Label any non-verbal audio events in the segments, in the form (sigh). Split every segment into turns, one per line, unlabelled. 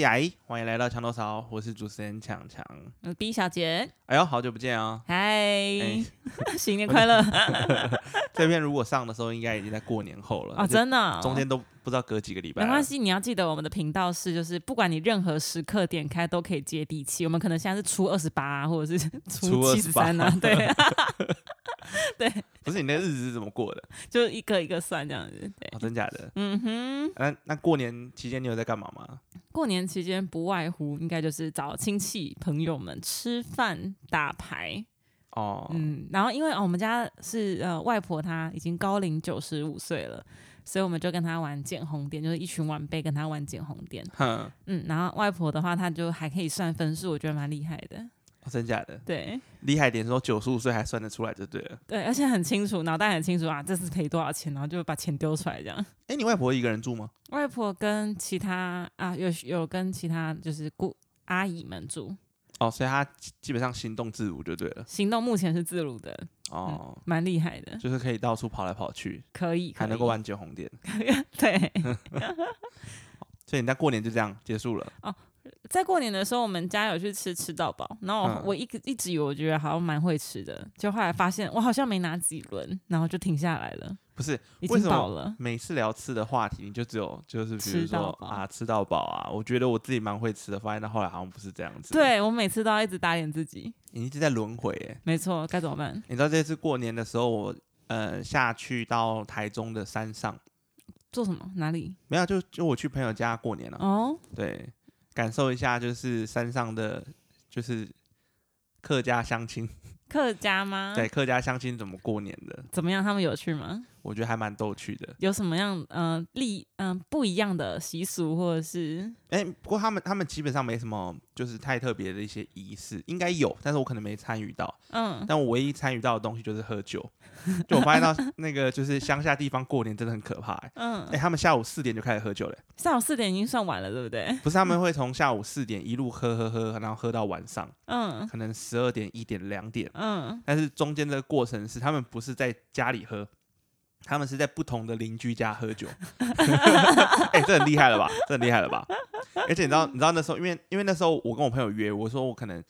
牙医，哎欢迎来到墙头草，我是主持人强强。
嗯，B 小姐，
哎呦，好久不见啊、
嗨
哎，
新年快乐
这片如果上的时候，应该已经在过年后了
啊！
这
真的哦，
中间都不知道隔几个礼拜
没
了。
关系，你要记得我们的频道是，就是不管你任何时刻点开都可以接地气。我们可能现在是初二十八，啊或者是
初
七十三啊，对，
不是你那个日子是怎么过的？ (laughs)
(laughs) 就是一个一个算这样子。对，
哦，真假的？
嗯哼，
那那过年期间你有在干嘛吗？
过年期间不外乎应该就是找亲戚朋友们吃饭、打牌，
哦，
嗯，然后因为、哦、我们家是呃外婆她已经高龄九十五岁了，所以我们就跟她玩捡红点，就是一群晚辈跟她玩捡红点。
哼、
嗯，然后外婆的话，她就还可以算分数，我觉得蛮厉害的。
哦真假的？
对
厉害一点说九十五岁还算得出来就对了。
对，而且很清楚，脑袋很清楚啊，这次赔多少钱，然后就把钱丢出来这样。
哎，你外婆一个人住吗？
外婆跟其他啊，有有跟其他就是姑阿姨们住，
哦，所以她基基本上行动自如就对了。
行动目前是自如的，
哦，
蛮厉害的，
就是可以到处跑来跑去，
嗯可以，
还
可
能
以
够。玩酒红点。
(laughs) 对，
所以你在过年就这样结束了。
(laughs) 在过年的时候，我们家有去吃吃到饱，然后我,、
嗯
我一直一直以为我觉得好像蛮会吃的，就后来发现我好像没拿几轮，然后就停下来了，
不是，
已
为
经
什么
饱了。
每次聊吃的话题，你就只有就是比如
吃到
说
饱
啊，吃到饱啊。我觉得我自己蛮会吃的，发现到后来好像不是这样子。，
对我每次都要一直打脸自己，
你一直在轮回耶。
没错，该怎么办？
你知道这次过年的时候，我呃下去到台中的山上，
做什么？哪里？
没有，啊就就我去朋友家过年了、啊
哦，
对，感受一下就是山上的就是客家相亲，
客家吗？
对，，客家相亲怎么过年的，
怎么样？他们有趣吗？
我觉得还蛮逗趣的。
有什么样嗯立嗯、不一样的习俗，或者是
哎、不过他们他们基本上没什么就是太特别的一些仪式，应该有，但是我可能没参与到。
嗯
但我唯一参与到的东西就是喝酒， (laughs) 就我发现到那个就是乡下地方过年真的很可怕、欸。
嗯、
哎、他们下午四点就开始喝酒了欸、
下午四点已经算晚了，对不对？
不是他们会从下午四点一路喝喝喝，然后喝到晚上，
嗯
可能十二点、一点、两点。
嗯
但是中间的过程是，他们不是在家里喝，他们是在不同的邻居家喝酒。 (laughs) 哎、这很厉害了吧？这很厉害了吧？而且你知道，你知道那时候，因为因为那时候我跟我朋友约，我说我可能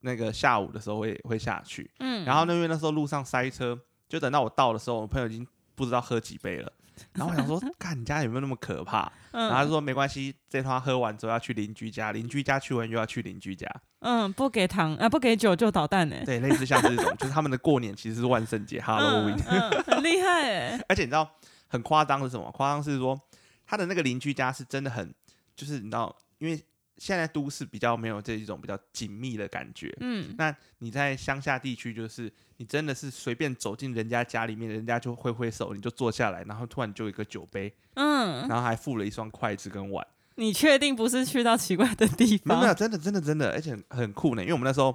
那个下午的时候会会下去，
嗯，
然后呢，因为那时候路上塞车，就等到我到的时候，我朋友已经不知道喝几杯
(laughs)
了。然后我想说，看你家有没有那么可怕？然后他
嗯
说没关系，这趟喝完之后要去邻居家，邻居家去完又要去邻居家，
嗯，不给糖啊，不给酒就捣蛋呢、欸。
对，类似像这种，就是他们的过年其实是万圣节
嗯
Halloween，、
嗯，很厉害哎、
而且你知道很夸张是什么？夸张是说他的那个邻居家是真的很，就是你知道，因为现在都市比较没有这一种比较紧密的感觉，
嗯，
那你在乡下地区，就是你真的是随便走进人家家里面，人家就挥挥手，你就坐下来，然后突然就有一个酒杯，
嗯，
然后还附了一双筷子跟碗。
你确定不是去到奇怪的地
没有，没有
方？
真的，真的，真的，而且很很酷呢。因为我们那时候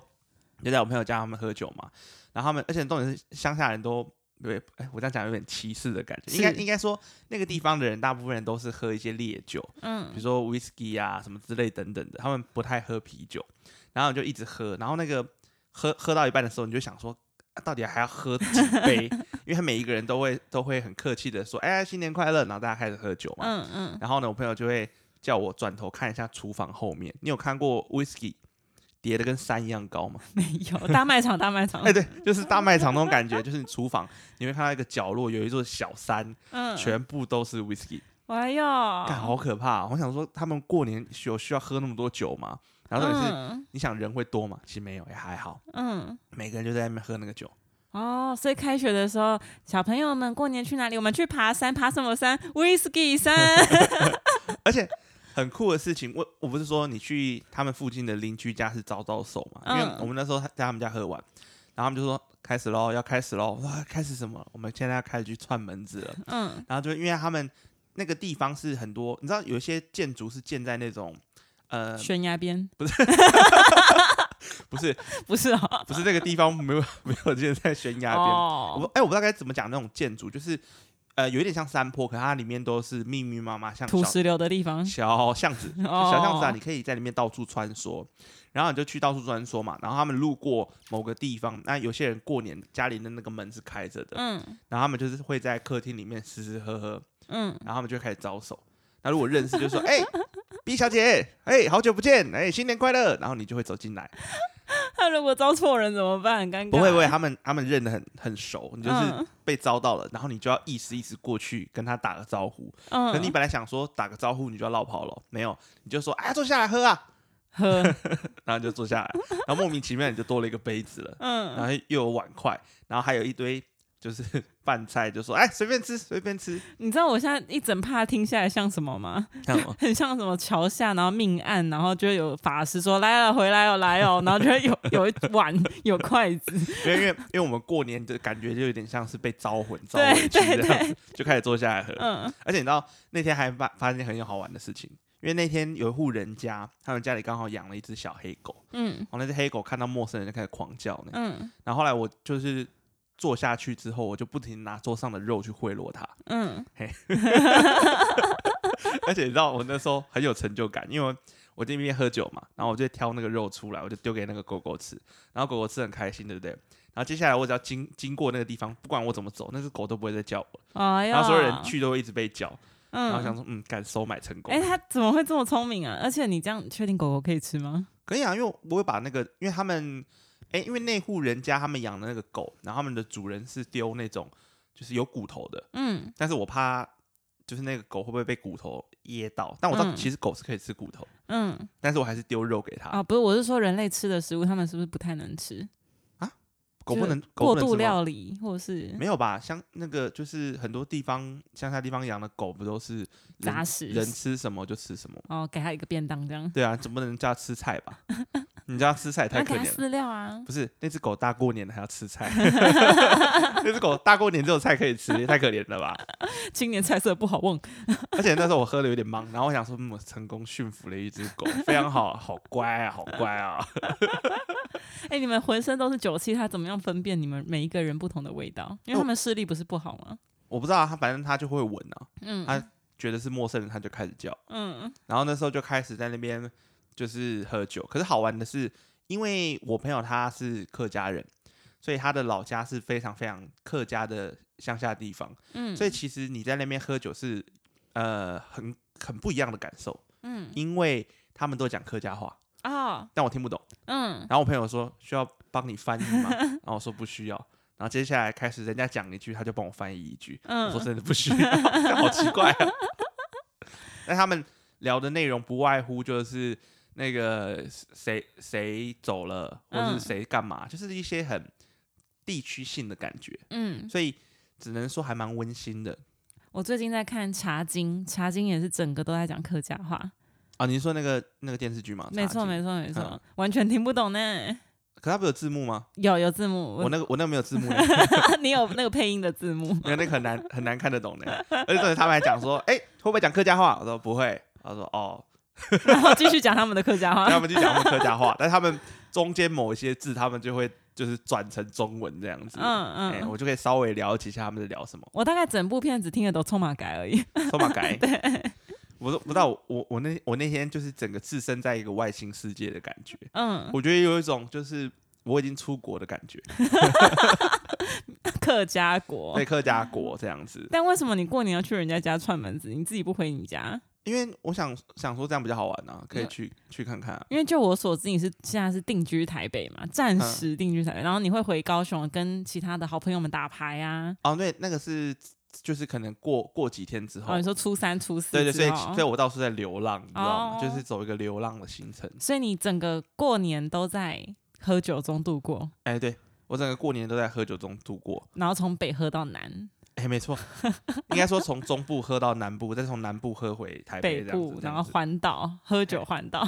就在我朋友家，他们喝酒嘛，然后他们，而且重点是乡下人都对，哎，我这样讲有点歧视的感觉。应该
是
应该说，那个地方的人大部分人都是喝一些烈酒，比
嗯
如说 whisky 啊什么之类等等的，他们不太喝啤酒，然后你就一直喝，然后那个喝喝到一半的时候，你就想说。啊到底还要喝几
(laughs)
杯？因为他每一个人都会都会很客气的说：“哎，新年快乐！”然后大家开始喝酒嘛。
嗯嗯，
然后呢，我朋友就会叫我转头看一下厨房后面。你有看过 whisky 叠的跟山一样高吗？
没有大卖场，大卖场
哎、， (laughs) 对，就是大卖场那种感觉，就是你厨房你会看到一个角落有一座小山，
嗯，
全部都是 whisky，
哎呦，
看、好可怕、啊我想说，他们过年有需要喝那么多酒吗？然后重点是，
嗯
你想人会多吗？其实没有，也还好，
嗯，
每个人就在那边喝那个酒。
哦，所以开学的时候，小朋友们过年去哪里？我们去爬山，爬什么山
(laughs)
？Whisky 山。
而且很酷的事情，我我不是说你去他们附近的邻居家是招招手嘛？因为
嗯
我们那时候在他们家喝完，然后他们就说开始喽，要开始喽，哇，开始什么？我们现在要开始去串门子了。
嗯
然后就因为他们那个地方是很多，你知道有一些建筑是建在那种。呃，
悬崖边 (laughs)
不是，
不是哦，
不是那个地方没有 (laughs) 没有建在悬崖边。我不
哦，
哎、我不知道该怎么讲那种建筑，就是呃，有一点像山坡，可它里面都是密密麻麻，像
土
小
石流的地方。
小巷子，就
哦
小巷子啊，你可以在里面到处穿梭，然后你就去到处穿梭嘛。然后他们路过某个地方，那有些人过年家里的那个门是开着的，
嗯
然后他们就是会在客厅里面吃吃喝喝，
嗯， (laughs)
然后他们就开始招手。那如果认识就说：“哎、 B 小姐，哎、好久不见，哎、新年快乐。”然后你就会走进来，
他如果招错人怎么办？很尴尬。
不会不会，他们他们认得很很熟，你就是
嗯
被招到了，然后你就要意思意思过去跟他打个招呼。可
嗯，
你本来想说打个招呼你就要落跑了，没有，你就说：“哎，坐下来喝啊。
喝，”
然后你就坐
(laughs)
下来，然后莫名其妙你就多了一个杯子了，然
嗯，
后又有碗筷，然后还有一堆就是 (laughs) 饭菜，就说：“哎，随便吃，随便吃。
你知道我现在一整趴听下来像什么吗？
这样哦”
很像什么桥下，然后命案，然后就会有法师说来了，回来哦，来哦，然后就会有有一碗有筷子，
因为因为因为我们过年的感觉就有点像是被招魂招
对
回去
对
这样子，就开始坐下来喝。
嗯
而且你知道那天还发发现很有好玩的事情，因为那天有一户人家，他们家里刚好养了一只小黑狗，
嗯
然后那只黑狗看到陌生人就开始狂叫呢。
嗯
然后后来我就是坐下去之后，我就不停拿桌上的肉去贿赂它，
嗯
(laughs) 而且你知道我那时候很有成就感，因为我这边喝酒嘛，然后我就挑那个肉出来，我就丢给那个狗狗吃，然后狗狗吃得很开心，对不对？然后接下来我只要经经过那个地方，不管我怎么走，那只狗都不会再叫我，
哎呀，
然后所有人，去都会一直被叫，然后想
嗯，
说嗯，敢收买成功
哎，，他怎么会这么聪明啊？而且你这样确定狗狗可以吃吗？
可以啊，因为我会把那个，因为他们哎、因为那户人家他们养的那个狗，然后他们的主人是丢那种就是有骨头的，
嗯，
但是我怕就是那个狗会不会被骨头噎到，但我知道
嗯
其实狗是可以吃骨头，
嗯
但是我还是丢肉给它。
啊，不是，我是说人类吃的食物，他们是不是不太能吃？
狗不
就
能狗
过
不能
度
吃吗
料理，或者是
没有吧？像那个就是很多地方乡下地方养的狗，不都是人
杂食
人吃什么就吃什么吗？
哦，给他一个便当这样，
对啊，总不能叫它吃菜
(laughs)
吧？你叫它吃菜也
那
太可
给他
怜了。
饲料啊。
不是那只狗大过年的还要吃菜，(laughs)
(laughs)
那只狗大过年只有菜可以吃，也太可怜了吧？
今年菜色不好问，
而且那时候我喝的有点懵，然后我想说，嗯，我成功驯服了一只狗，非常好，好乖啊，好乖啊。
哎、你们浑身都是酒气，他怎么样分辨你们每一个人不同的味道？因为
哦
他们视力不是不好吗？
我不知道啊它，反正它就会闻啊，
嗯
它觉得是陌生人，它就开始叫。
嗯
然后那时候就开始在那边就是喝酒。可是好玩的是，因为我朋友他是客家人，所以他的老家是非常非常客家的乡下地方，
嗯，
所以其实你在那边喝酒是呃很很不一样的感受，
嗯
因为他们都讲客家话，
啊
但我听不懂。
嗯
然后我朋友说需要帮你翻译吗？ (laughs) 然后我说不需要。然后接下来开始人家讲一句，他就帮我翻译一句。我说
嗯
真的不需要，
(laughs)
这样好奇怪啊。但他们聊的内容不外乎就是那个谁谁走了，或
嗯
是谁干嘛，就是一些很地区性的感觉，
嗯，
所以只能说还蛮温馨的
我最近在看《茶经》，《茶经》也是整个都在讲客家话，
啊。你是说那个那个电视剧吗？
没错
错。
没错没错
哦嗯，
完全听不懂呢。
可它不是有字幕吗？
有有字幕，
我那个我那个没有字幕呢，
(laughs) 你有那个配音的字幕，
因为那个很难很难看得懂的。
(laughs)
而且重点他们还讲说，哎、会不会讲客家话？我说不会。他说哦，
然后继续讲他们的客家
他
话。
们就讲他们客家话，但他们中间某一些字，他们就会就是转成中文这样子。嗯
嗯嗯，
我就可以稍微了解一下他们在聊什
(laughs)
么。
我大概整部片子听得都冲马改而已。
说马改，我都不知道我我我那我那天就是整个置身在一个外星世界的感觉，
嗯，
我觉得有一种就是我已经出国的感觉，
客家国
在。客家国这样子。
但为什么你过年要去人家家串门子，你自己不回你家？
因为我想想说这样比较好玩啊，可以去去看看啊。
因为就我所知，你是现在是定居台北嘛，暂
嗯
时定居台北，然后你会回高雄跟其他的好朋友们打牌啊。
哦，对，那个是就是可能过过几天之后
哦，你，说初三、初四
对对，所
之
以
后，
所以我到处在流浪，你知道吗？
哦
就是走一个流浪的行程。
所以你整个过年都在喝酒中度过，
哎，对我整个过年都在喝酒中度过。
然后从北喝到南，
哎，没
(laughs)
错，应该说从中部喝到南部，再从南部喝回台
北
北这样
部
子，，这
然
样
后
子哎
环岛喝酒环岛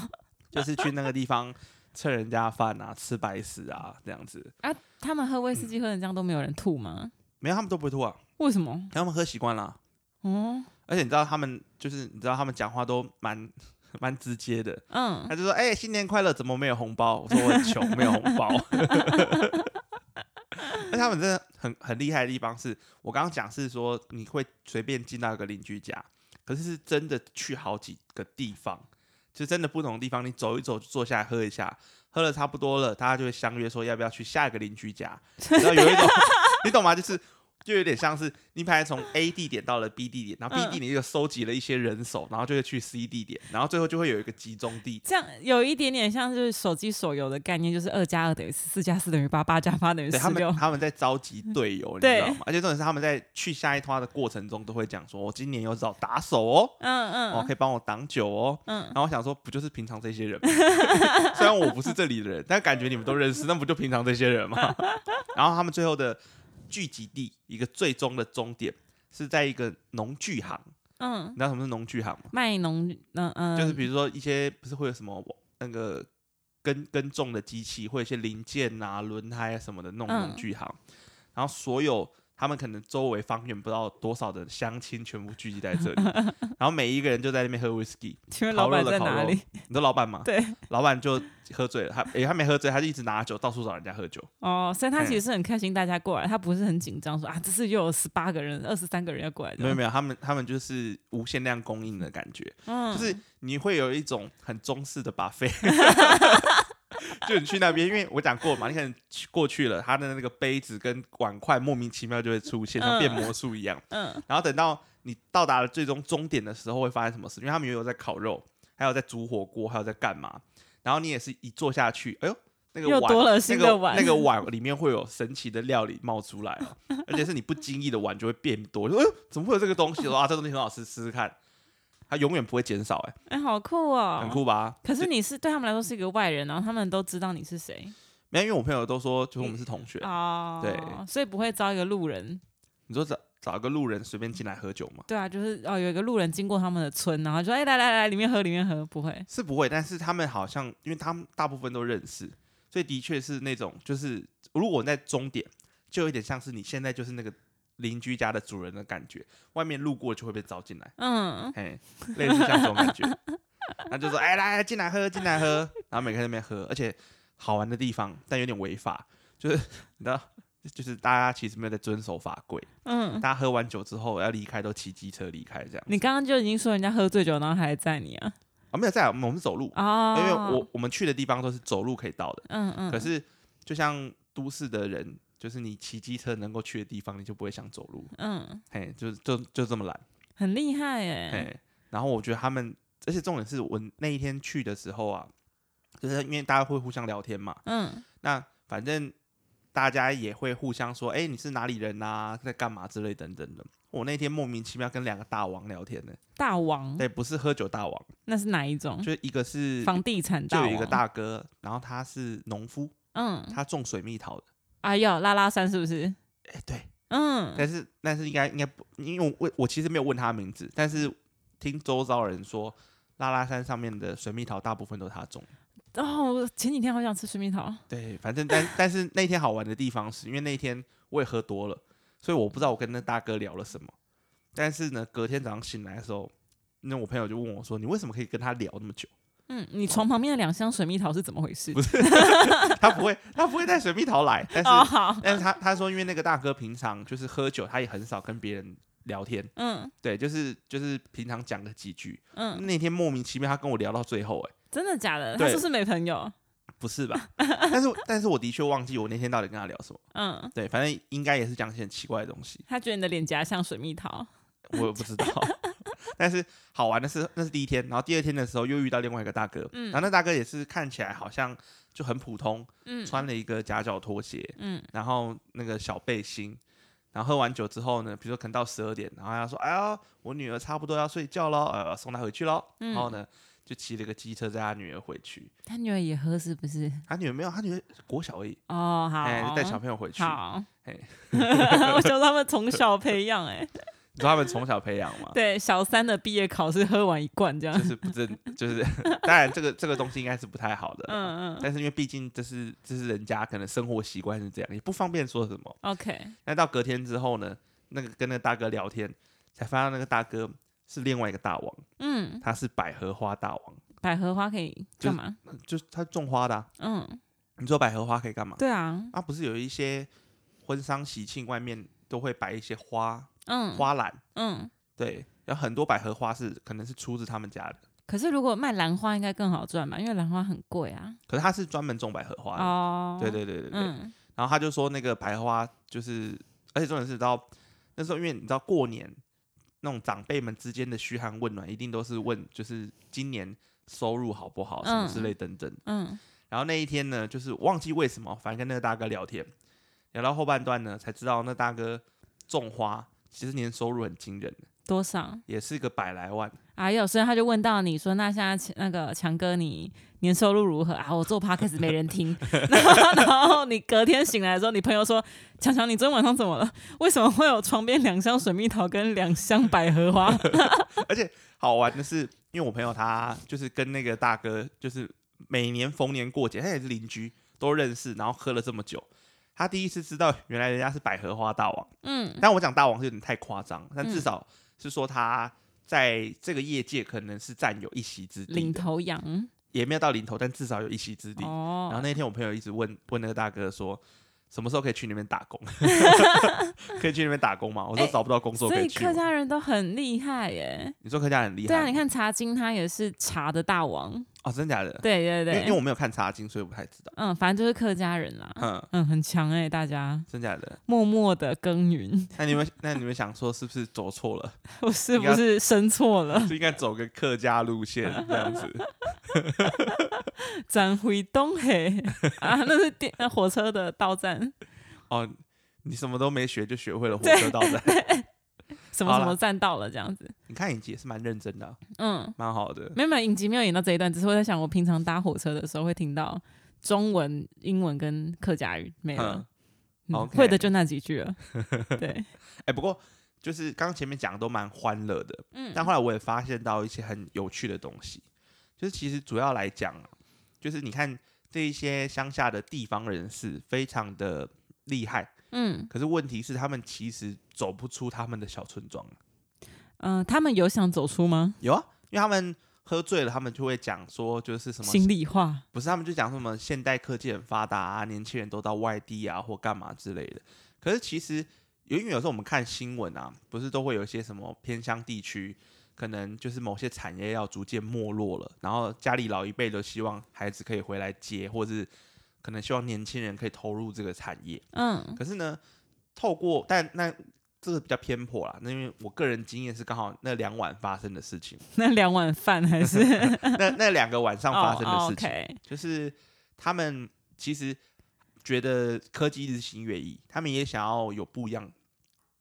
就是去那个地方蹭人家饭啊，吃白食啊，这样子。
啊。他们喝威士忌喝成这样都没有人吐吗？
没有，他们都不会吐啊，
为什么？
他们喝习惯了。
哦，
而且你知道他们就是你知道他们讲话都蛮 (laughs) 蛮直接的，
嗯，
他就说：“哎、新年快乐！怎么没有红包？”我说：“我很穷，没有红包。” (laughs) 那他们真的很很厉害的地方是，我刚刚讲是说你会随便进到一个邻居家，可是是真的去好几个地方，就真的不同的地方，你走一走，坐下来喝一下，喝了
(laughs)
差不多了，大家就会相约说要不要去下一个邻居家，然后有一种你懂吗？就是就有点像是你本来从 A 地点到了 B 地点，然后 B
嗯
地点就收集了一些人手，然后就会去 C 地点，然后最后就会有一个集中地。
这样有一点点像是手机手游的概念，就是二加二等于四，四加四等于八，八加八等于
对
十
他 (laughs)
六
们，。他们在召集队友，你知
嗯对
道吗？而且重点是他们在去下一团的过程中都会讲说，我今年有找打手哦，
嗯
哦
嗯，
可以帮我挡酒哦。
嗯
然，后我想说，不就是平常这些人
(laughs)
吗？虽然我不是这里的人，但感觉你们都认识，那不就平常这些人吗？然后他们最后的聚集地，一个最终的终点是在一个农具行。
嗯，
你知道什么是农具行吗？
卖农，嗯嗯，
就是比如说一些不是会有什么那个耕耕种的机器，会有一些零件啊、轮胎啊什么的那种
嗯
农具行，然后所有他们可能周围方圆不知道多少的乡亲全部聚集在这
(laughs)
里，然后每一个人就在那边喝 whisky。
请问
烤
老
肉
板
的
在
烤
哪
肉
里？
你知道老板吗？
(laughs) 对，
老板就喝醉了，他诶、他没喝醉，他就一直拿酒到处找人家喝酒。
哦，所以他
嗯
其实是很开心大家过来，他不是很紧张说啊，这次又有十八个人、二十三个人要过来的。
没有没有，他们他们就是无限量供应的感觉。
嗯，
就是你会有一种很中式的 buffet，就你去那边，因为我讲过嘛，你可能去过去了，他的那个杯子跟碗筷莫名其妙就会出现，像变魔术一样。
嗯
然后等到你到达了最终终点的时候，会发生什么事？因为他们也有在烤肉，还有在煮火锅，还有在干嘛。然后你也是一坐下去，哎呦，那个
又
碗
多了新的碗
那个那个碗里面会有神奇的料理冒出来哦、而且是你不经意的碗就会变多。就哎呦，怎么会有这个东西？说啊，这东西很好吃，试试看。它永远不会减少、哎，
哎、好酷哦，
很。酷吧？
可是
就
你是对他们来说是一个外人，然后他们都知道你是谁
没有，因为我朋友都说，就是我们是同学。
哦，
对，
所以不会招一个路人。
你说找找一个路人随便进来喝酒吗？
对啊，就是哦，有一个路人经过他们的村，然后就说：“哎、来来来，里面喝，里面喝。”不会，
是不会，但是他们好像，因为他们大部分都认识，所以的确是那种，就是如果我在终点，就有点像是你现在就是那个邻居家的主人的感觉，外面路过就会被招进来，
嗯，
嘿，类似像这种感觉。他就说：“哎，来来，进来喝，进来喝。”然后每个人在那边喝，而且好玩的地方，但有点违法，就是你知道，就是大家其实没有在遵守法规，
嗯，
大家喝完酒之后要离开都骑机车离开这样
你刚刚就已经说人家喝醉酒，然后还载你啊？
啊，没有在我们我们走路，
哦，
因为我我们去的地方都是走路可以到的。
嗯嗯，
可是就像都市的人，就是你骑机车能够去的地方，你就不会想走路，
嗯，
嘿，就就就这么懒，
很厉害哎，
嘿。然后我觉得他们，而且重点是我那一天去的时候啊，就是因为大家会互相聊天嘛，
嗯
那反正大家也会互相说，哎、你是哪里人啊，在干嘛之类等等的。我那天莫名其妙跟两个大王聊天呢，
大王
对，不是喝酒大王，
那是哪一种？
就是一个是
房地产
就
嗯大
有
王，
一个大哥，然后他是农夫，
嗯，
他种水蜜桃的，
哎呦，拉拉山是不是？
哎、对，
嗯
但是但是应该应该不，因为我我其实没有问他名字，但
嗯
是听周遭人说，拉拉山上面的水蜜桃大部分都是他种的。
哦，我前几天好想吃水蜜桃，
对，反正但但是那天好玩的地方是因为那天我也喝多了，所以我不知道我跟那大哥聊了什么。但是呢，隔天早上醒来的时候，那我朋友就问我说：“你为什么可以跟他聊那么久 (laughs)
嗯，你床旁边的两箱水蜜桃是怎么回事？
不？”他不会，他不会带水蜜桃来，但是、
哦，好，
但是他他说，因为那个大哥平常就是喝酒，他也很少跟别人聊天，
嗯
对，就是就是平常讲个几句，
嗯，
那天莫名其妙，他跟我聊到最后、哎，
真的假的？
对
他是不是没朋友？
不是
(laughs)
吧？但是，但是我的确忘记我那天到底跟他聊什么。
嗯，
对，反正应该也是讲一些很奇怪的东西，
他觉得你的脸颊像水蜜桃，
我也不知
(laughs)
道。但是好玩的是，那是第一天，然后第二天的时候又遇到另外一个大哥，
嗯
然后那大哥也是看起来好像就很普通，
嗯，
穿了一个夹脚拖鞋，
嗯
然后那个小背心。然后喝完酒之后呢，比如说可能到十二点，然后他说：“哎呀，我女儿差不多要睡觉喽，呃，送她回去喽。
嗯
然后呢，就骑了个机车载她女儿回去。
他女儿也喝是不是？
他女儿啊没有，他女儿国小而已，
哦，好，
哎、就带小朋友回去。
好，
嘿
(laughs) 我想他们从小培养，
(laughs)
哎，
你说他们从小培养嘛，
对，小三的毕业考试喝完一罐这样
就，是不正，就是 (laughs) 当然这个这个东西应该是不太好的，嗯，
嗯嗯
但是因为毕竟这是这是人家可能生活习惯是这样，也不方便说什么。
，OK，
那到隔天之后呢，那个跟那个大哥聊天，才发现那个大哥是另外一个大王，
嗯，
他是百合花大王，
百合花可以
就
干
是
嘛？
就是他种花的啊、
嗯，
你说百合花可以干嘛？
对啊，
啊，不是有一些婚丧喜庆外面都会摆一些花
嗯，
花篮，
嗯。
对，有很多百合花是可能是出自他们家的，
可是如果卖兰花应该更好赚吧，因为兰花很贵啊。
可是他是专门种百合花的。
哦，
对对对对对，
嗯
然后他就说那个百合花就是而且重点是，你知道那时候因为你知道过年那种长辈们之间的嘘寒问暖，一定都是问就是今年收入好不好什么之类等等。
嗯，
然后那一天呢，就是忘记为什么，反正跟那个大哥聊天，聊到后半段呢，才知道那大哥种花其实年收入很惊人，
多少？
也是个百来万。
哎呦，所以他就问到你说，那现在强那个强哥你年收入如何啊？我做 podcast 没人听， (laughs) 然后然后你隔天醒来的时候，你朋友说，强强你昨天晚上怎么了？为什么会有床边两箱水蜜桃跟两箱百合花？
而且好玩的是，因为我朋友他就是跟那个大哥，就是每年逢年过节，他也是邻居，都认识，然后喝了这么久，他第一次知道原来人家是百合花大王。
嗯，
但我讲大王是有点太夸张，但至
嗯
少是说他在这个业界可能是占有一席之地的，
领头羊
也没有到领头，但至少有一席之地。然后
哦，
那天我朋友一直问问那个大哥说。什么时候可以去那边打工？ (laughs) 可以去那边打工吗？我说
哎
找不到工作
所
可
以
去
客
吗。
家人都很厉害耶。
你说客家人很厉害哦
对
吗，
啊，你看茶经他也是茶的大王，
哦，真假的？
对对
因为因为
对，
我没有看茶经，所以我不太知道。
嗯，反正就是客家人啦，
嗯，
嗯，很强哎，大家
真假的？
默默的耕耘， (laughs)
那你们那你们想说是不是走错了？
我是不是生错了？
就应该走个客家路线这样子？
转回东嘿 (laughs) 啊，那是电那火车的到站，
哦，你什么都没学就学会了火车到站，
什么
好啦
什么站到了这样子。
你看影集也是蛮认真的啊、
嗯，
蛮好的。
没有没有，影集没有演到这一段，只是我在想，我平常搭火车的时候会听到中文、英文跟客家语没了
嗯，，
嗯
OK
会的就那几句
(laughs)
了。对，
哎、不过就是刚刚前面讲的都蛮欢乐的，
嗯
但后来我也发现到一些很有趣的东西，就是其实主要来讲啊，就是你看这一些乡下的地方人士非常的厉害，
嗯
可是问题是他们其实走不出他们的小村庄。
嗯、呃他们有想走出吗？
有啊，因为他们喝醉了，他们就会讲说，就是什
心
么，
里话，
不是他们就讲什么现代科技很发达啊，年轻人都到外地啊或干嘛之类的。可是其实，因为有时候我们看新闻啊，不是都会有一些什么偏乡地区，可能就是某些产业要逐渐没落了，然后家里老一辈都希望孩子可以回来接，或是可能希望年轻人可以投入这个产业。
嗯 (laughs)
可是呢，透过但那这个比较偏颇啦，那因为我个人经验是刚好那两晚发生的事情。
那两碗饭还是
(laughs) 那那两个晚上发生的
哦
事情，
，OK，
就是他们其实觉得科技日新月异，他们也想要有不一样，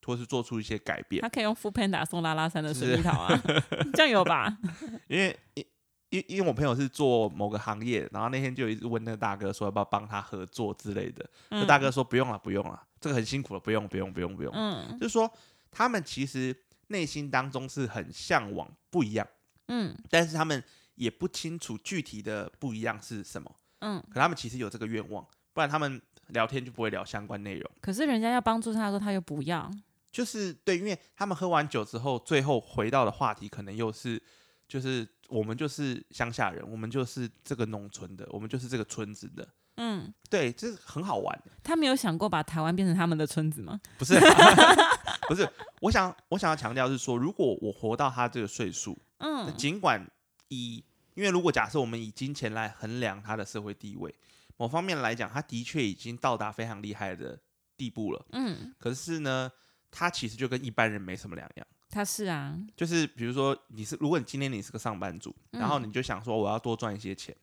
或是做出一些改变
他。可以用 f o o Panda 送拉拉山的
是
水蜜桃
(laughs)
啊，这样有吧？
因为因因因为我朋友是做某个行业，然后那天就一直问那个大哥说要不要帮他合作之类的，那
嗯
大哥说不用了，不用了，这个很辛苦了，不用不用不用不用。
嗯
就是说他们其实内心当中是很向往不一样，
嗯
但是他们也不清楚具体的不一样是什么。
嗯，
可他们其实有这个愿望，不然他们聊天就不会聊相关内容。
可是人家要帮助他的时候，他又不要，
就是对，因为他们喝完酒之后，最后回到的话题可能又是，就是我们就是乡下人，我们就是这个农村的，我们就是这个村子的。
嗯，
对，这很好玩，
他没有想过把台湾变成他们的村子吗？
不是？ (laughs) 不是，我想我想要强调是说，如果我活到他这个岁数，那
嗯
尽管以，因为如果假设我们以金钱来衡量他的社会地位，某方面来讲，他的确已经到达非常厉害的地步了。
嗯，
可是呢，他其实就跟一般人没什么两样。
他是啊，
就是比如说，你是如果你今天你是个上班族，然后
嗯
你就想说我要多赚一些钱，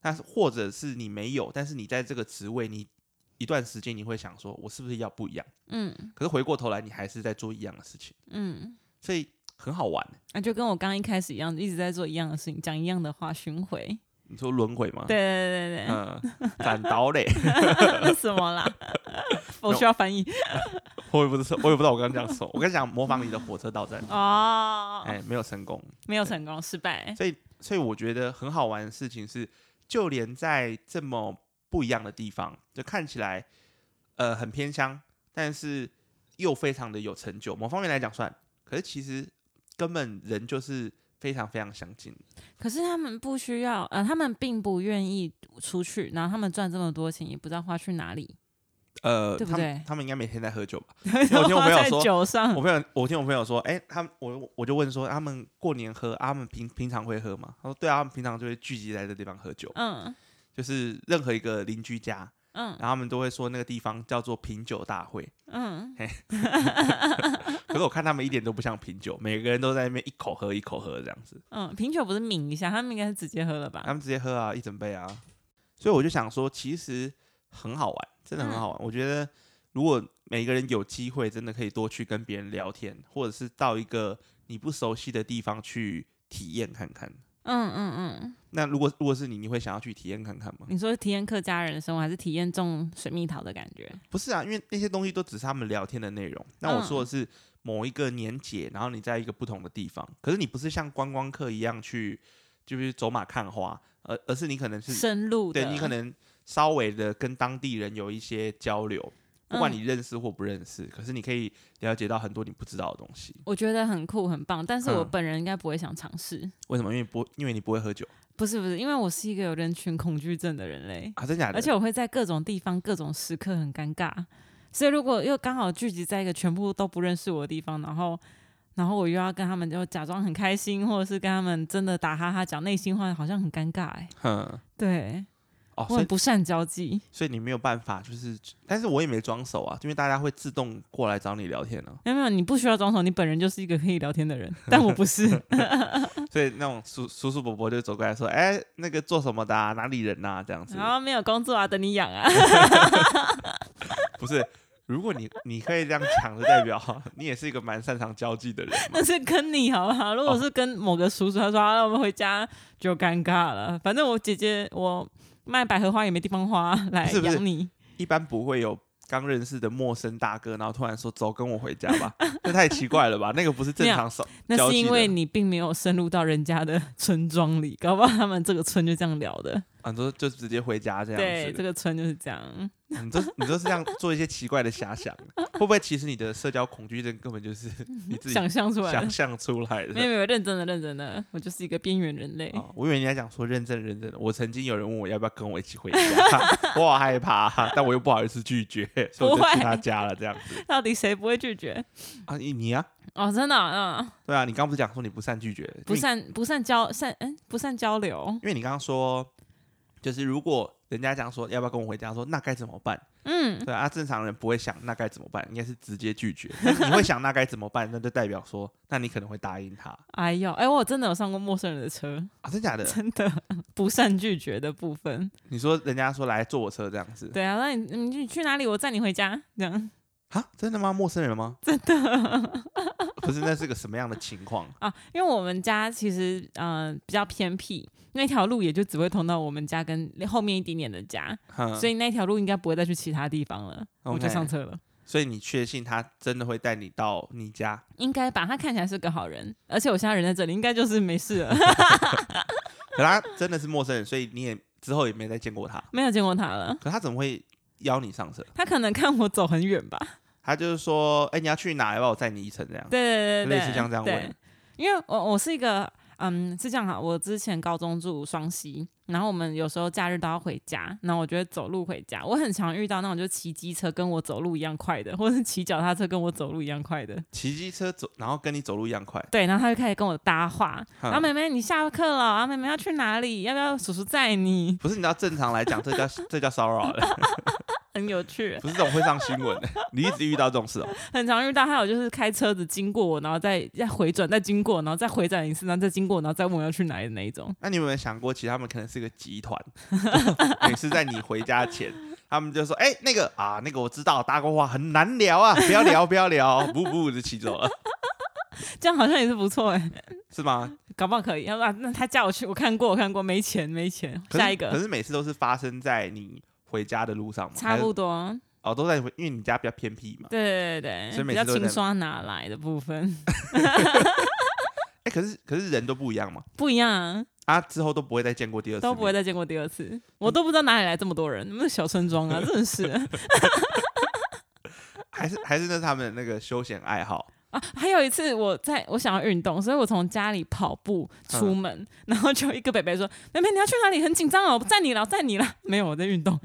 但是或者是你没有，但是你在这个职位你一段时间你会想说，我是不是要不一样？
嗯
可是回过头来，你还是在做一样的事情，
嗯，
所以很好玩。欸
那、啊就跟我刚刚一开始一样，一直在做一样的事情，讲一样的话，巡回。
你说轮回吗？
哦对，对对对
嗯，反倒嘞， (laughs)
对，
哦
那 (laughs) 什么啦？我需要翻译
我也不是，我也不知道我刚刚讲什么。我跟你讲，模仿你的火车到站，
哦，
哎，没有成功。
没有成功，失败。
所以，所以我觉得很好玩的事情是，就连在这么不一样的地方，就看起来呃很偏乡，但是又非常的有成就，某方面来讲算，可是其实根本人就是非常非常相近的。
可是他们不需要，呃，他们并不愿意出去，然后他们赚这么多钱，也不知道花去哪里，
呃，
对不
他们
对嗯
他们应该每天在喝酒吧？我听我
(laughs) 花
朋友
在
说
酒上
我。朋友，我听我朋友说，哎、他们我我就问说，他们过年喝，啊、他们平平常会喝吗？他说，对啊，他们平常就会聚集在这地方喝酒，
嗯
就是任何一个邻居家，
嗯
然后他们都会说那个地方叫做品酒大会。
嗯，
可是我看他们一点都不像品酒，每个人都在那边一口喝一口喝这样子，
嗯，品酒不是抿一下，他们应该是直接喝了吧？
他们直接喝啊，一整杯啊。所以我就想说，其实很好玩，真的很好玩。我觉得如果每个人有机会，真的可以多去跟别人聊天，或者是到一个你不熟悉的地方去体验看看。
嗯嗯嗯，
那如果如果是你，你会想要去体验看看吗？
你说体验客家人的生活，还是体验种水蜜桃的感觉？
不是啊，因为那些东西都只是他们聊天的内容。那我
嗯
说的是某一个年节，然后你在一个不同的地方，可是你不是像观光客一样去，就是走马看花，而而是你可能是
深入的，
对你可能稍微的跟当地人有一些交流，不管
嗯
你认识或不认识，可是你可以了解到很多你不知道的东西。
我觉得很酷很棒，但是我
嗯
本人应该不会想尝试。
为什么？因为不因为你不会喝酒
不是不是，因为我是一个有人群恐惧症的
(laughs)
人类，
啊，真假的？
而且我会在各种地方、各种时刻很尴尬，所以如果又刚好聚集在一个全部都不认识我的地方，然后然后我又要跟他们就假装很开心，或者是跟他们真的打哈哈讲内心话，好像很尴尬哎、
哼
对
哦，
我
所
很
以
不善交际。
所以你没有办法，就是但是我也没装熟啊，因为大家会自动过来找你聊天啊。
没有没有，你不需要装熟，你本人就是一个可以聊天
(laughs)
的人，但我不是。
所以那种叔叔叔伯伯就走过来说：“哎、那个做什么的、啊？哪里人呐、啊？”这样子
然后没有工作啊，等你
(laughs)
养啊。
不是？如果你你可以这样讲，就代表 (laughs) 你也是一个蛮擅长交际的人嘛
那。是跟你好不好？如果是跟某个叔叔，他说啊，那我们回家就尴尬了。反正我姐姐我卖百合花也没地方
(laughs)
花来
不是不是
养你，
一般不会有刚认识的陌生大哥，然后突然说：“走，跟我回家吧。” (laughs) 这太奇怪了吧？那个不是正常手。
那
交
是
际
因
的
为你并没有深入到人家的村庄里，搞不好他们这个村就这样聊的。
啊，你说就直接回家这样
对，这
子，
个村就是这样。
你这你就是这样做一些奇怪的遐想，会不会其实你的社交恐惧症根本就是你自己
(laughs) 想象出来
想
的。
象出来的？
没有没有，认真的认真的，我就是一个边缘人类。
啊、我以为你在讲说认真认真的。我曾经有人问我要不要跟我一起回家， (laughs) 我好害怕、啊但我又不好意思拒绝，所以我就
不会
去他家了这样子。
到底谁不会拒绝？
啊，你你啊，
哦，真的、啊，
对啊，你刚不是讲说你不善拒绝，
嗯，不善不善交善嗯不善交流，
因为，因为你刚刚说，就是如果人家讲说要不要跟我回家，说那该怎么办？
嗯，
对啊，正常人不会想那该怎么办，应该是直接拒绝。但是你会想那该怎么办，那就代表说，那你可能会答应他
哎呦，哎，我真的有上过陌生人的车， (laughs)
啊，真假的？
真的不善拒绝的部分。
你说人家说来坐我车这样子，
对啊，那你你去去哪里？我载你回家，这样
啊，真的吗？陌生人吗？真 (laughs) 的，不是，那是个什么样的情况？
(laughs) 啊。因为我们家其实嗯、呃比较偏僻，那条路也就只会通到我们家跟后面一点点的家，
哼
所以那条路应该不会再去其他地方了。我
嗯
就
OK
上车了，
所以你确信他真的会带你到你家？
应该吧？他看起来是个好人，而且我现在人在这里，应该就是没事了， (laughs)
可他真的是陌生人，所以你也之后也没再见过他。
没有见过他了。
可他怎么会邀你上车？
他可能看我走很远吧。
他就是说，哎、你要去哪？要不要我载你一程？这样。
对对对
类
对，
似像这样
对
问
因为我我是一个嗯是这样哈，我之前高中住双溪，然后我们有时候假日都要回家，然后我就会走路回家。我很常遇到那种就骑机车跟我走路一样快的，或者是骑脚踏车跟我走路一样快的。
骑机车走，然后跟你走路一样快。
对，然后他就开始跟我搭话，
哼
然后妹妹你下课了，啊妹妹要去哪里？要不要叔叔载你？ (laughs)
不是，你知道正常来讲，这叫这叫骚扰了，
很有趣，
(laughs) 不是这种会上新闻的。你一直遇到这种事哦、
很常遇到。还有就是开车子经过我，然后再再回转，再经过，然后再回转一次，然后再经过，然后再问我要去哪里的那一种。
那你有没有想过，其实他们可能是个集团，
(laughs)
每次在你回家前，他们就说：“哎、那个啊，那个我知道，大锅话很难聊啊，不要聊，不要聊，不不就骑走了，
这样好像也是不错哎、
是吗？
搞不好可以，要不然那他叫我去，我看过，我看过，没钱，没钱，
可是
下一
可
个，
是每次都是发生在你回家的路上嘛，
差
还
不
是
多，
哦，都在你回因为你家比较偏僻嘛。
对对对
所
对，
以
比
每
较
次都在
轻刷拿来的部分
哎、可是可是人都不一样嘛，
不一样、啊，
啊，之后都不会再见过第二次，
都不会。再见过第二次，
嗯
我都不知道哪里来这么多人，那小村庄
(laughs)
啊，真的是
还是还是那是他们的那个休闲爱好，
啊！还有一次，我在我想要运动，所以我从家里跑步出门，
嗯
然后就一个北北说：“妹妹，你要去哪里？很紧张哦，我载你了，载你了。”没有，我在
(laughs)
运动，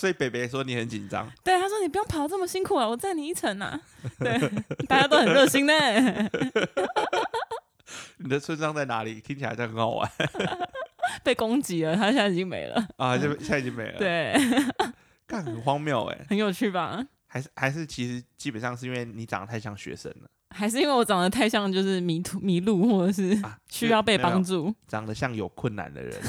所以北北说你很紧张，
对，他说你不用跑这么辛苦啊，我载你一程啊。
(laughs)
对，大家都很热心呢。 (laughs)
你的村庄在哪里？听起来就很好玩。
被攻击了，他现在已经没了。
啊，就现在已经没了。，
嗯对，
干很荒谬哎、
很有趣吧？
还是还是其实基本上是因为你长得太像学生了
(laughs) 还是因为我长得太像就是迷途迷路，或者是
啊，
需要被
没有
帮，助，
长得像有困难的人。 (laughs)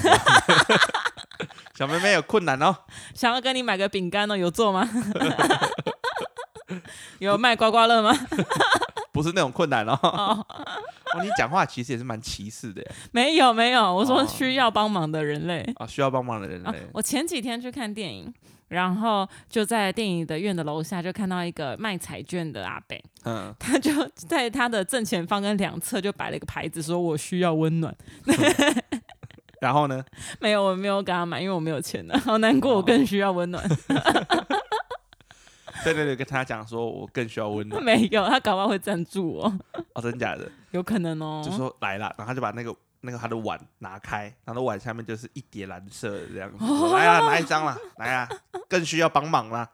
小妹妹有困难哦，
想要跟你买个饼干呢、哦有做 (laughs) 吗？有卖刮刮乐吗？ (laughs)
不是那种困难哦。
哦，
哦你讲话其实也是蛮歧视的耶
没有没有，我说
哦
需要帮忙的人类。
啊，需要帮忙的人
啊
嘞，。
我前几天去看电影，然后就在电影的院的楼下就看到一个卖彩券的阿北，
嗯，
他就在他的正前方跟两侧就摆了一个牌子，说我需要温暖。
然后呢？
没有，我没有给他买，因为我没有钱的，好难过，
哦
我更需要温暖。
对对对，跟他讲说，我更需要温暖。
(laughs) 没有，他搞不好会赞助我， (laughs)
哦，真假的？
有可能哦。
就说来啦，然后他就把那个那个他的碗拿开，然后碗下面就是一叠蓝色的这样
哦
子。来啦，拿一张啦，来啦，更需要帮忙啦。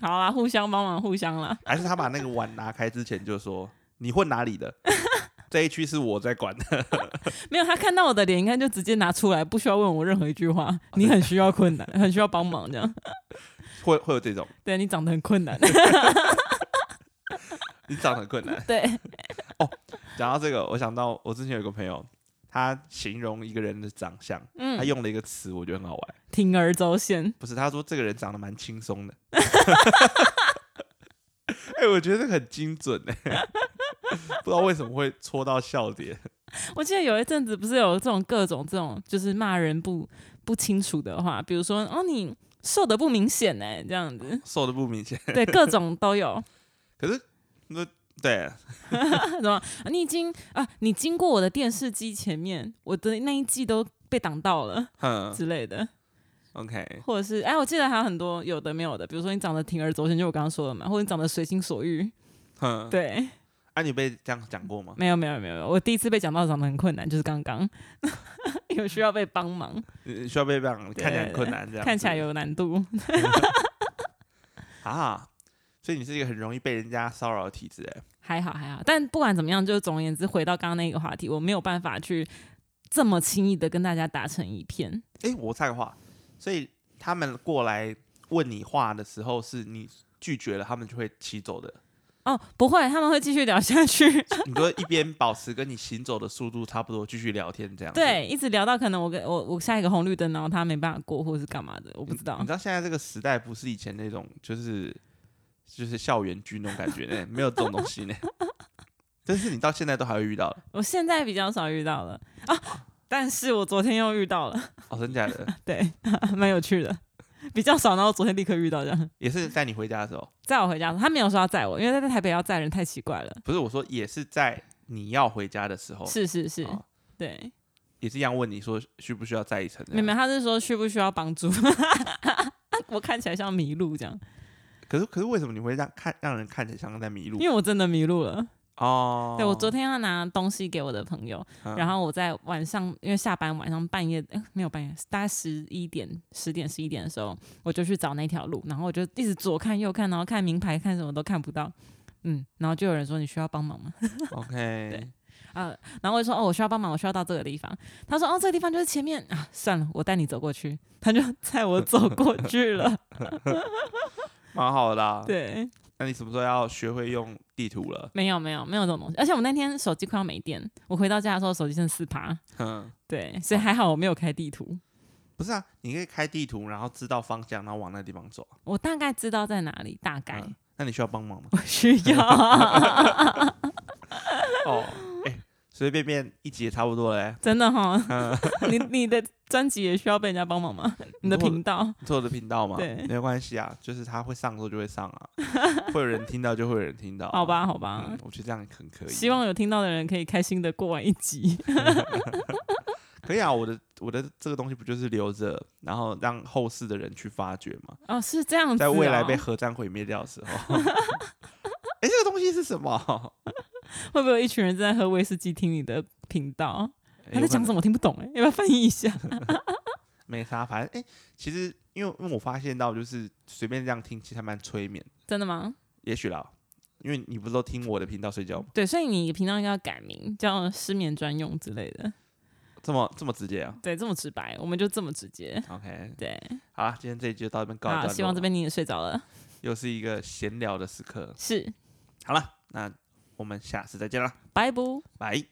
好啦，互相帮忙，互相啦。
还是他把那个碗拿开之前就说：“你混哪里的？ (laughs) 这一区是我在管的。 (laughs)
没有，他看到我的脸，应该就直接拿出来，不需要问我任何一句话。
哦
你很需要困难， (laughs) 很需要帮忙，这样。
会”会有这种，
对你长得很
(laughs)
困难，
你长得很困
(laughs)
难。
对，
讲到这个，我想到我之前有个朋友，他形容一个人的长相，他
嗯，
用了一个词，我觉得很好玩。
铤而走险，
不是，他说这个人长得蛮轻松
(laughs)
的。哎、我觉得这个很精准哎、不知道为什么会戳到笑点。
我记得有一阵子不是有这种各种这种，就是骂人不不清楚的话，比如说哦你瘦的不明显哎、这样
(laughs)
子，
瘦的不明显，
对，各种都有。啊
可是那对
什么？你已经啊，你经过我的电视机前面，我的那一季都被挡到了
嗯
之类的，
，OK，
或者是哎，我记得还有很多有的没有的，比如说你长得铤而走险，就我刚刚说的嘛，或者你长得随心所欲。
嗯，，
对，
啊，你被这样讲过吗？
没有没有没有没有，我第一次被讲到长得很困难，就是刚刚 (laughs) 有需要被帮忙，
你需要被这样看起来很困难，这样
看起来
子
有难度。 (laughs)
啊，所以你是一个很容易被人家骚扰的体质哎。
还好还好，但不管怎么样，就是总而言之，回到刚刚那个话题，我没有办法去这么轻易的跟大家打成一片。
哎、我插个话，所以他们过来问你话的时候，是你拒绝了，他们就会骑走
(laughs)
的。
哦，不会，他们会继续聊下去。
你就一边保持跟你行走的速度差不多，继续聊天这样。，
(laughs) 对，一直聊到可能我跟我我下一个红绿灯，然后他没办法过，或是干嘛的，我不知道
你。知道现在这个时代不是以前那种就是就是校园剧那种感觉
(laughs)
呢，没有这种东西呢。但是你到现在都还会遇到的
我现在比较少遇到了啊，但是我昨天又遇到了，
哦，真假的？
对， (laughs) 蛮有趣的，比较少。然后昨天立刻遇到这样，
也是在你回家的时候，
载我回家，他没有说要载我，因为在台北要载人太奇怪了。
不是我说，也是在你要回家的时候，
是是是，
哦
对，
也是一样问你说需不需要再一层这
没
样？
有没有，他是说需不需要帮助？ (laughs) 我看起来像迷路这样，
可是可是为什么你会让看让人看起来像在迷路
因？为我真的迷路了。
哦，
对我昨天要拿东西给我的朋友，
嗯
然后我在晚上，因为下班晚上半夜，诶没有半夜，大概十一点、十点、十一点的时候，我就去找那条路，然后我就一直左看右看，然后看名牌，看什么都看不到。嗯，然后就有人说你需要帮忙吗？ (laughs)
OK，
啊，然后我就说哦，我需要帮忙，我需要到这个地方。他说哦，这个地方就是前面啊，算了，我带你走过去。他就载我走过去
(laughs)
了。
蛮好的啦。
对，
那你什么时候要学会用地图了？
没有没有没有这种东西，而且我那天手机快要没电，我回到家的时候手机剩四趴，
嗯，
对，所以还好我没有开地图。
不是啊，你可以开地图，然后知道方向，然后往那地方走啊。
我大概知道在哪里，大概、
嗯那你需要帮 (laughs) 忙吗？
(laughs) 我需
(laughs)
要， (laughs)
哦，哎、随随便便一集也差不多嘞。
真的哈、
嗯，
(laughs) 你你的专辑也需要被人家帮忙吗？你的频道
做我的频道嘛，
对
没有关系啊，就是它会上的时候就会上
(laughs)
啊，会有人听到就会有人听到啊、
好吧好吧
嗯，我觉得这样很可以。
希望有听到的人可以开心的过完一集。
可以
(laughs)
啊，我的我的这个东西不就是留着，然后让后世的人去发掘嘛，
哦，是这样子、
在
哦，
未来被核战毁灭掉的时候。 (laughs) 哎、这个东西是什么？
会不会有一群人正在喝威士忌听你的频道？
有可
他在
能
讲什么我听不懂哎、要不要翻译一
(laughs)
下？
没啥，反正哎、其实因为因为我发现到，就是随便这样听，其实还蛮催眠。
真的吗？
也许啦，因为你不是都听我的频道睡觉吗？
对，所以你频道应该要改名叫失眠专用之类的。
这么这么直接啊
对，这么直白，我们就这么直接。
？OK，
对，
好啦，今天这一集就到这边告一段
好，
落了。
希望这边你也睡着了。
又是一个闲聊的时刻。
是，
好了，那我们下次再见啦，
拜拜。
拜。